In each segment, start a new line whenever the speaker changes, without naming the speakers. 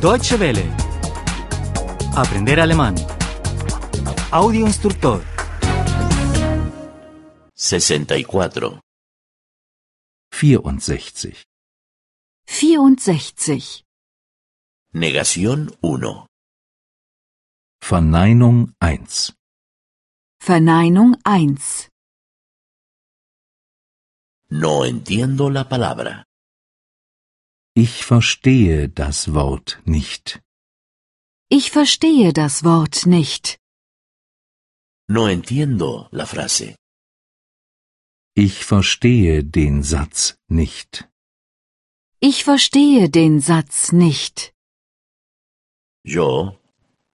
Deutsche Welle. Aprender alemán. Audio instructor.
64.
64.
64.
Negación 1.
Verneinung 1.
Verneinung 1.
No entiendo la palabra.
Ich verstehe das Wort nicht.
Ich verstehe das Wort nicht.
No entiendo la frase.
Ich verstehe den Satz nicht.
Ich verstehe den Satz nicht.
Yo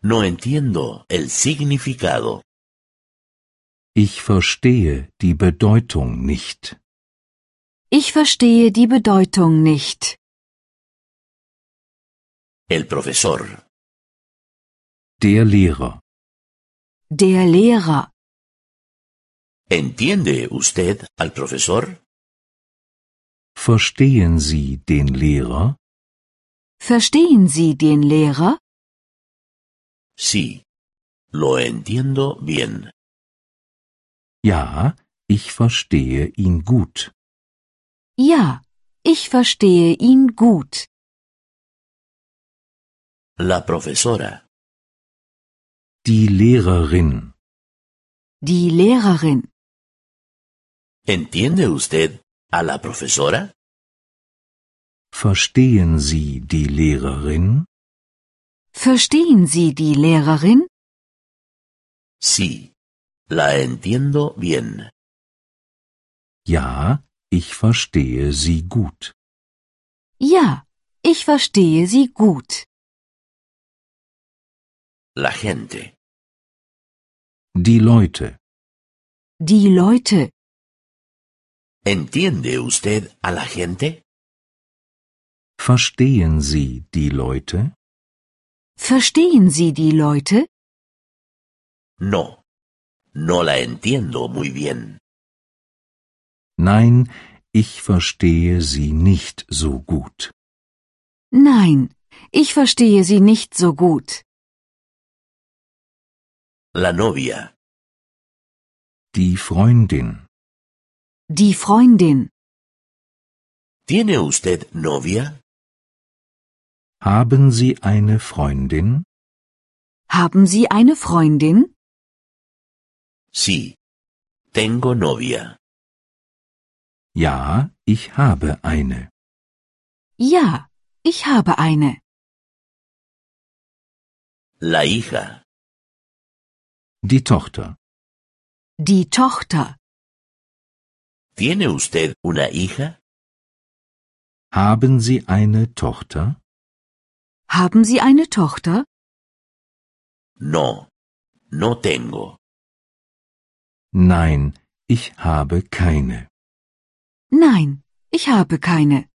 no entiendo el significado.
Ich verstehe die Bedeutung nicht.
Ich verstehe die Bedeutung nicht.
El profesor.
Der Lehrer.
Der Lehrer.
¿Entiende usted al profesor?
Verstehen Sie den Lehrer?
Verstehen Sie den Lehrer?
Sí. Lo entiendo bien.
Ja, ich verstehe ihn gut.
Ja, ich verstehe ihn gut.
La profesora.
Die Lehrerin.
Die Lehrerin.
¿Entiende usted a la profesora?
Verstehen Sie die Lehrerin?
Verstehen Sie die Lehrerin?
Sí. La entiendo bien.
Ja, ich verstehe sie gut.
Ja, ich verstehe sie gut.
La gente.
Die Leute.
Die Leute.
¿Entiende usted a la gente?
Verstehen Sie die Leute?
Verstehen Sie die Leute?
No. No la entiendo muy bien.
Nein, ich verstehe sie nicht so gut.
Nein, ich verstehe sie nicht so gut.
La novia.
Die Freundin.
Die Freundin.
¿Tiene usted novia?
Haben Sie eine Freundin?
Haben Sie eine Freundin?
Sí. Tengo novia.
Ja, ich habe eine.
Ja, ich habe eine.
La hija.
Die Tochter.
Die Tochter.
¿Tiene usted una hija?
Haben Sie eine Tochter?
Haben Sie eine Tochter?
No. No tengo.
Nein, ich habe keine.
Nein, ich habe keine.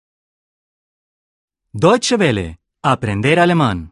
Deutsche Welle. Aprender alemán.